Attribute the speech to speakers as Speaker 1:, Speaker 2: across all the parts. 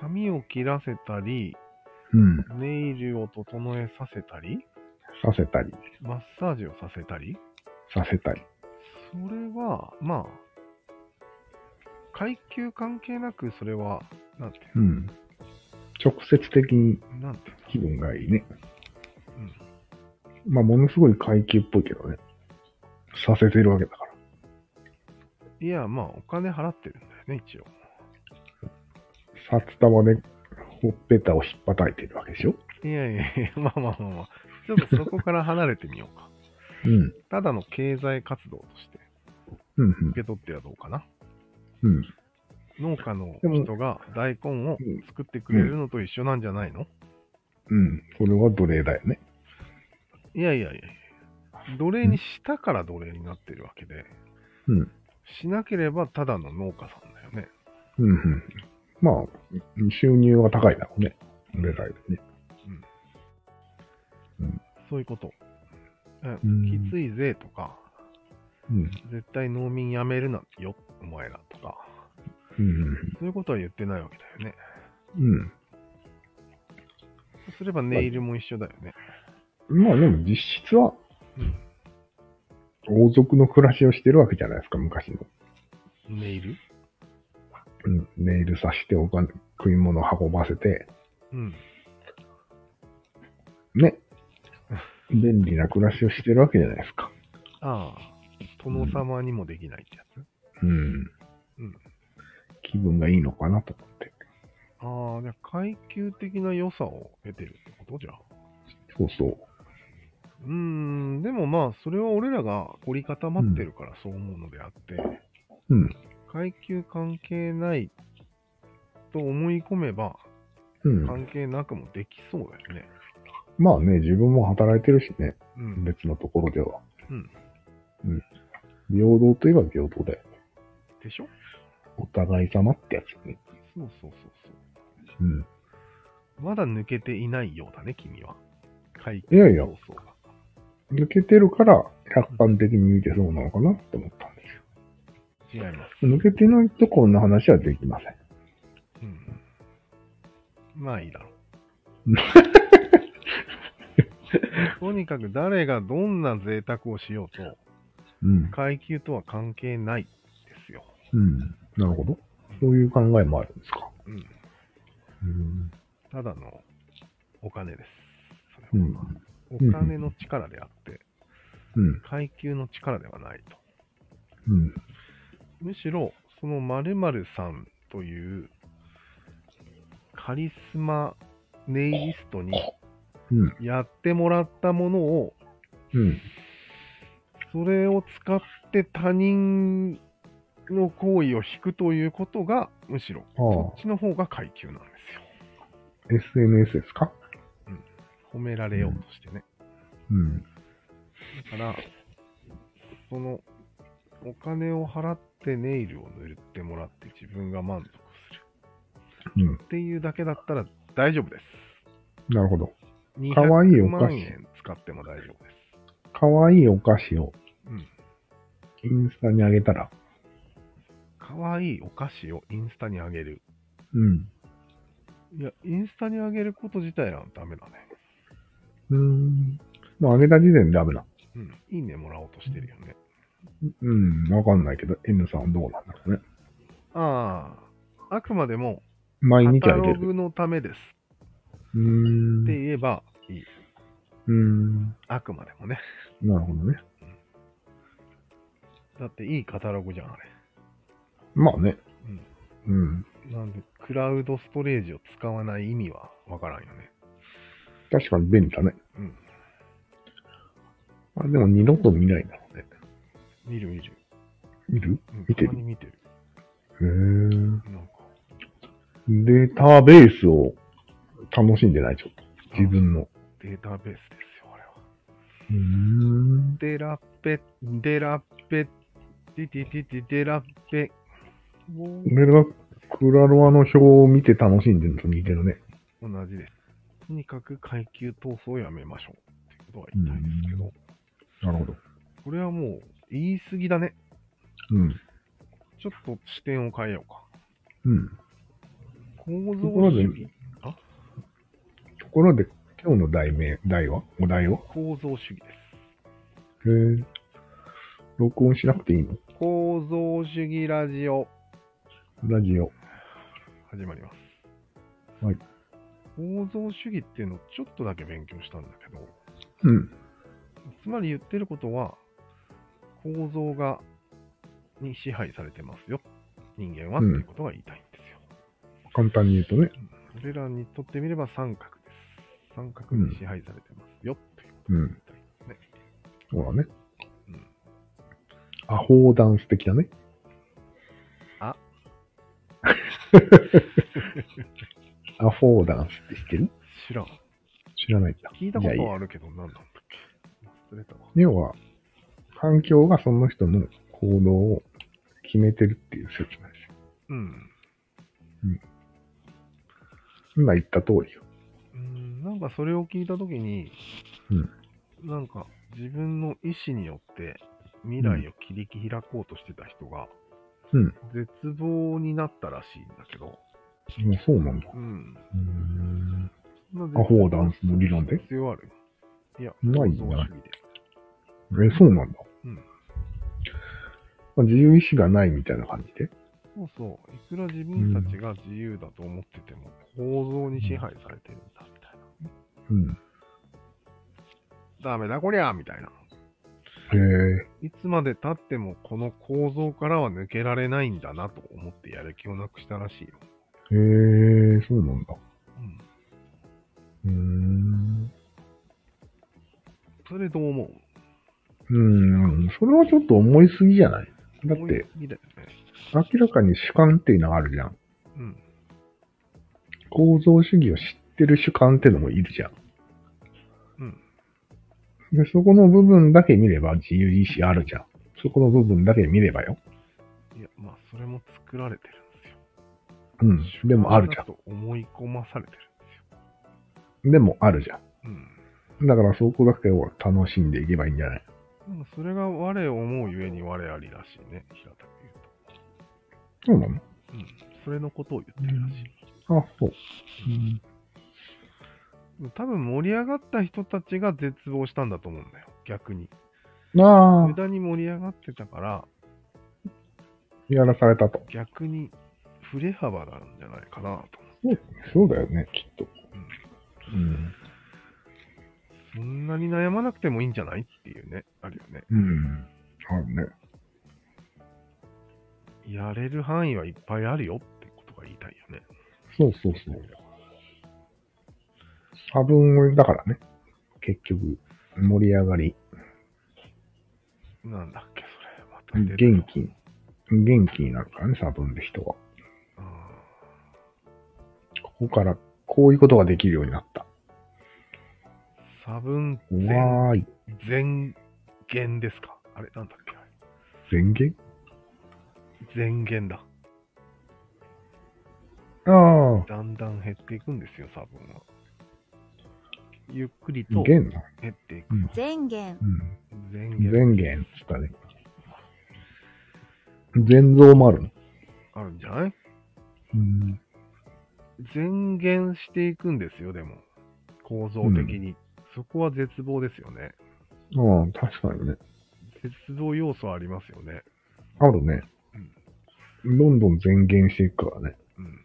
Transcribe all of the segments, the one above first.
Speaker 1: 髪を切らせたり、
Speaker 2: うん。
Speaker 1: ネイルを整えさせたり、
Speaker 2: させたり、
Speaker 1: マッサージをさせたり、
Speaker 2: させたり。
Speaker 1: それは、まあ、階級関係なく、それは、なんていうう、
Speaker 2: ん。直接的に
Speaker 1: なんていう
Speaker 2: 気分がいいね。まあ、ものすごい階級っぽいけどね。させてるわけだから。
Speaker 1: のいや、まあ、お金払ってるんだよね、一応。
Speaker 2: 札束でほっぺたを引っ叩いてるわけでしょ
Speaker 1: いやいやいや、ま あまあまあまあ、ちょっとそこから離れてみようか。
Speaker 2: うん。
Speaker 1: ただの経済活動として
Speaker 2: うん、
Speaker 1: 受け取ってはどうかな。
Speaker 2: うん。うん。
Speaker 1: 農家の人が大根を作ってくれるのと一緒なんじゃないの
Speaker 2: うん。それは奴隷だよね。
Speaker 1: いやいやいやいや奴隷にしたから奴隷になってるわけで、
Speaker 2: うん。
Speaker 1: しなければただの農家さんだよね。
Speaker 2: うん、うん。まあ、収入が高いだろうね。奴隷だよね。
Speaker 1: そういうこと。え
Speaker 2: うん
Speaker 1: きついぜとか、
Speaker 2: うん。
Speaker 1: 絶対農民やめるなよ、お前らとか、
Speaker 2: うん。
Speaker 1: そういうことは言ってないわけだよね。
Speaker 2: うん。
Speaker 1: そうすればネイルも一緒だよね。
Speaker 2: うんまあ、でも実質は、王族の暮らしをしてるわけじゃないですか、昔の。
Speaker 1: ネイル
Speaker 2: うん、ネイルさしてお金、食い物運ばせて、
Speaker 1: うん。
Speaker 2: ね。便利な暮らしをしてるわけじゃないですか。
Speaker 1: ああ、殿様にもできないってやつ、
Speaker 2: うん。
Speaker 1: うん
Speaker 2: 気分がいいのかなと思って。
Speaker 1: ああ、じゃあ階級的な良さを得てるってことじゃあ。
Speaker 2: そうそう。
Speaker 1: うーん、でもまあ、それは俺らが凝り固まってるからそう思うのであって、
Speaker 2: うん。
Speaker 1: 階級関係ないと思い込めば、
Speaker 2: うん。
Speaker 1: 関係なくもできそうだよね。
Speaker 2: まあね、自分も働いてるしね、
Speaker 1: うん。
Speaker 2: 別のところでは。
Speaker 1: うん。
Speaker 2: うん。平等といえば平等だよ。
Speaker 1: でしょ
Speaker 2: お互い様ってやつね。
Speaker 1: そうそうそうそ
Speaker 2: うん。
Speaker 1: う。まだ抜けていないようだね、君は。階
Speaker 2: いやいや
Speaker 1: 競争が。
Speaker 2: 抜けてるから、客観的に見てそうなのかなって思ったんですよ。
Speaker 1: 違います。
Speaker 2: 抜けてないとこんな話はできません。
Speaker 1: うん。まあいいだ ろ
Speaker 2: うん
Speaker 1: う。とにかく誰がどんな贅沢をしようと、
Speaker 2: うん。
Speaker 1: 階級とは関係ないですよ。
Speaker 2: うん。なるほど。そういう考えもあるんですか。
Speaker 1: うん。
Speaker 2: うん。
Speaker 1: ただのお金です。
Speaker 2: う
Speaker 1: それは
Speaker 2: ん。
Speaker 1: お金の力であって、
Speaker 2: うん。
Speaker 1: 階級の力ではないと。
Speaker 2: うん。
Speaker 1: むしろ、その〇〇さんというカリスマネイリストに
Speaker 2: うん。
Speaker 1: やってもらったものを
Speaker 2: うん。
Speaker 1: それを使って他人の行為を引くということが、むしろ、そ
Speaker 2: あ
Speaker 1: っちの方が階級なんですよ。
Speaker 2: あ、SNS ですか
Speaker 1: 褒められようとしてね。
Speaker 2: うん。
Speaker 1: だから、その、お金を払ってネイルを塗ってもらって自分が満足する
Speaker 2: うん。
Speaker 1: っていうだけだったら大丈夫です。
Speaker 2: なるほど。
Speaker 1: 200
Speaker 2: かわいいお菓子
Speaker 1: 万円使っても大丈夫です。
Speaker 2: かわいいお菓子を
Speaker 1: うん。
Speaker 2: インスタにあげたら、
Speaker 1: かわいいお菓子をインスタにあげる。
Speaker 2: うん。
Speaker 1: いや、インスタにあげること自体はダメだね。
Speaker 2: うーん。もうあげた時点でダメな。
Speaker 1: うん。いいねもらおうとしてるよね。
Speaker 2: うん。わかんないけど、N さんはどうなんだろうね。
Speaker 1: ああ、あくまでも、
Speaker 2: 毎日
Speaker 1: カタ
Speaker 2: あげ
Speaker 1: ロ
Speaker 2: る。
Speaker 1: グのためですっ
Speaker 2: うー
Speaker 1: て
Speaker 2: ん。
Speaker 1: 言えばいい。
Speaker 2: うーん。
Speaker 1: あくまでもね。
Speaker 2: なるほどね。
Speaker 1: だっていいカタログじゃん、あれ。
Speaker 2: まあね。うん。
Speaker 1: なんで、クラウドストレージを使わない意味はわからんよね。
Speaker 2: 確かに便利だね。
Speaker 1: うん。
Speaker 2: あでも二度と見ないだろうね。
Speaker 1: 見る見る。
Speaker 2: 見る
Speaker 1: うん
Speaker 2: 見てる
Speaker 1: たまに見てる。
Speaker 2: へー
Speaker 1: なんか、
Speaker 2: データベースを楽しんでない、ちょっと。自分の。
Speaker 1: データベースですよ、あれは。
Speaker 2: うーん。
Speaker 1: デラッペ、デラッペ、ディディディディデラッペ。おー
Speaker 2: 俺がクラロワの表を見て楽しんでるのと似てるね。
Speaker 1: 同じです。とにかく階級闘争をやめましょう。ってことは言いたいですけ
Speaker 2: う
Speaker 1: ど、
Speaker 2: なるほど。
Speaker 1: これはもう言い過ぎだね。
Speaker 2: うん。
Speaker 1: ちょっと視点を変えようか。
Speaker 2: うん。
Speaker 1: 構
Speaker 2: ところ
Speaker 1: 造
Speaker 2: で
Speaker 1: 主義あ、
Speaker 2: ところで、今日の題名、題はお題は
Speaker 1: 構造主義で
Speaker 2: へえ。録音しなくていいの
Speaker 1: す。構造主義ラジオ、
Speaker 2: ラジオ。
Speaker 1: 始まります。
Speaker 2: はい。
Speaker 1: 構造主義っていうのをちょっとだけ勉強したんだけど、
Speaker 2: うん。
Speaker 1: つまり言ってることは、構造が、に支配されてますよ。人間はっていうことが言いたいんですよ。
Speaker 2: 簡単に言うとね。
Speaker 1: それらにとってみれば三角です。三角に支配されてますよ、ということ
Speaker 2: う
Speaker 1: が言い
Speaker 2: ん。
Speaker 1: たいですね。
Speaker 2: そうだね
Speaker 1: うん。
Speaker 2: アホーダンス的だね。
Speaker 1: あ
Speaker 2: アフォーダンスって知ってる
Speaker 1: 知らん。
Speaker 2: 知らないんだ。
Speaker 1: 聞いたこ
Speaker 2: いやい
Speaker 1: と
Speaker 2: や
Speaker 1: はあるけど、何なんだっけ忘れたわ。
Speaker 2: 要は、環境がその人の行動を決めてるっていう説なんですよ。
Speaker 1: うん。
Speaker 2: 今言った通りよ。
Speaker 1: うんなんかそれを聞いたときに、なんか自分の意思によって未来を切り開こうとしてた人が、
Speaker 2: うん
Speaker 1: 絶望になったらしいんだけど、
Speaker 2: うん。そうなんだ。
Speaker 1: うん。
Speaker 2: うーん。
Speaker 1: ア
Speaker 2: アフォーダンスの理論で
Speaker 1: 必要ある。いや、
Speaker 2: ない
Speaker 1: 構
Speaker 2: んじ
Speaker 1: 造主
Speaker 2: ゃない
Speaker 1: 義で。
Speaker 2: え、そうなんだ。
Speaker 1: うん
Speaker 2: まあ、自由意志がないみたいな感じで。
Speaker 1: そうそう。いくら自分たちが自由だと思ってても、構造に支配されてるんだ、みたいな。
Speaker 2: うん。
Speaker 1: ダメだこりゃ、みたいな。
Speaker 2: へえ。
Speaker 1: いつまで経ってもこの構造からは抜けられないんだなと思ってやる気をなくしたらしいよ。
Speaker 2: へえ、そうなんだ。
Speaker 1: うん。
Speaker 2: うーん。
Speaker 1: それどう思う
Speaker 2: うん。それはちょっと思いすぎじゃないだっ
Speaker 1: 思い
Speaker 2: て、
Speaker 1: 過ぎだよね。
Speaker 2: 明らかに主観っていうのがあるじゃん。
Speaker 1: うん。
Speaker 2: 構造主義を知ってる主観ってのもいるじゃん。
Speaker 1: うん。
Speaker 2: で、そこの部分だけ見れば自由意志あるじゃん。そこの部分だけ見ればよ。
Speaker 1: いや、まあ、それも作られてるんですよ。
Speaker 2: うん。でもあるじ
Speaker 1: だ
Speaker 2: ゃ
Speaker 1: と思い込まされてる
Speaker 2: ん。でもあるじゃ
Speaker 1: んですよ。
Speaker 2: ん。だからそこだけを楽しんでいけばいいんじゃない
Speaker 1: うん。でもそれが我を思うゆえに我ありらしいね。平たく言う
Speaker 2: そうなの
Speaker 1: と。うん。それのことを言ってるらしい。
Speaker 2: あ、そう。うん。
Speaker 1: 多分盛り上がった人たちが絶望したんだと思うんだよ。逆に。
Speaker 2: あ
Speaker 1: 無駄に盛り上がってたから、
Speaker 2: あ、やらされたと。
Speaker 1: 逆に振れ幅なんじゃないかなと思う。
Speaker 2: そうだよね、きっと。うん。
Speaker 1: そんなに悩まなくてもいいんじゃないっていうね、あるよね。
Speaker 2: うん。あるね。
Speaker 1: やれる範囲はいっぱいあるよってことが言いたいよね。
Speaker 2: そうそうそう。差分だからね。結局、盛り上がり、
Speaker 1: なんだっけ、それ。また出て
Speaker 2: 元気、元気になるからね、差分で人は。
Speaker 1: あ
Speaker 2: ここから、こういうことができるようになった。
Speaker 1: ー差分全、
Speaker 2: わーい。
Speaker 1: 全減ですかあれ、なんだっけあ
Speaker 2: 前言
Speaker 1: れ全減だ。
Speaker 2: あ
Speaker 1: だんだん減っていくんですよ、差分は。ゆっくり
Speaker 2: あ、
Speaker 1: と減
Speaker 2: 言な。
Speaker 1: っていく。
Speaker 2: うん。う
Speaker 3: 前言
Speaker 2: ん。
Speaker 1: 全減
Speaker 2: 前言っつったね。前像もあるの。
Speaker 1: あるんじゃない
Speaker 2: うん。
Speaker 1: 全減していくんですよ、でも。構造的に。そこは絶望ですよね。
Speaker 2: ああ、確かにね。
Speaker 1: 絶望要素ありますよね。
Speaker 2: あるね。どんどん前言していくからね。
Speaker 1: うん。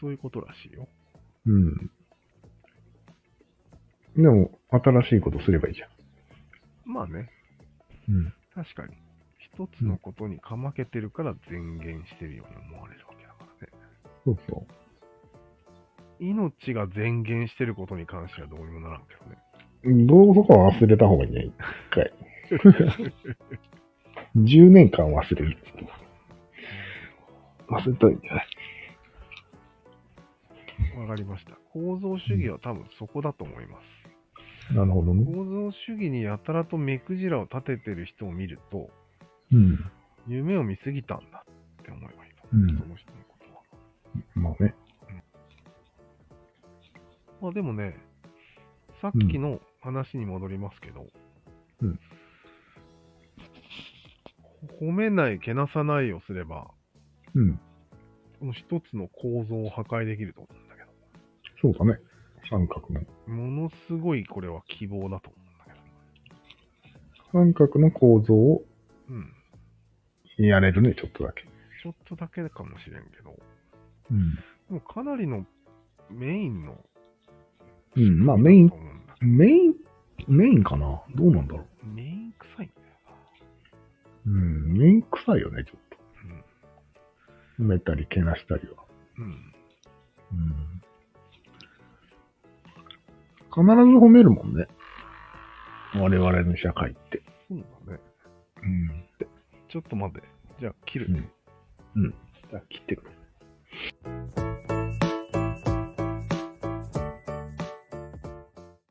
Speaker 1: そういうことらしいよ。
Speaker 2: うん。でも、新しいことすればいいじゃ
Speaker 1: まあね、
Speaker 2: ん。うん。
Speaker 1: 確かに。一つのことにかまけてるから全減してるように思われるわけだからね。
Speaker 2: そうそ
Speaker 1: 命が全減してることに関してはどうにもならんけどね。
Speaker 2: う。どうとかは忘れた方がいいね。一回。10年間忘れる。忘れたらいいんじゃない
Speaker 1: わかりました。構造主義は多分そこだと思います。
Speaker 2: なるほどね。
Speaker 1: 構造主義にやたらと目くじらを立ててる人を見ると、
Speaker 2: うん。
Speaker 1: 夢を見すぎたんだって思えばいいと
Speaker 2: う
Speaker 1: 思う、
Speaker 2: ん
Speaker 1: その人のことは。
Speaker 2: まあね。
Speaker 1: まあでもね、さっきの話に戻りますけど、
Speaker 2: うん
Speaker 1: 褒めない、けなさないをすれば、
Speaker 2: うん。
Speaker 1: うその一つの構造を破壊できると思うんだけ
Speaker 2: そうだね。三角の。
Speaker 1: ど、ものすごいこれは希望だと思うんだけど。
Speaker 2: 三角の構造を
Speaker 1: うん。
Speaker 2: やれるね、ちょっとだけ。
Speaker 1: ちょっとだけかもしれんけど、
Speaker 2: うん。
Speaker 1: もうかなりのメインの、
Speaker 2: うん、まあメイン
Speaker 1: だと、思うんだ
Speaker 2: メイン、メインかなどうなんだろう。
Speaker 1: メイン臭いんだよな。
Speaker 2: うん、メイン臭いよね、ちょっと。
Speaker 1: うん。
Speaker 2: 埋めたり、けなしたりは。
Speaker 1: うん。
Speaker 2: うん。必ず褒めるもんね。我々の社会って。
Speaker 1: そうだね。
Speaker 2: うん。
Speaker 1: ちょっと待って。じゃあ切る。
Speaker 2: うん。うん。じゃあ切ってくれ。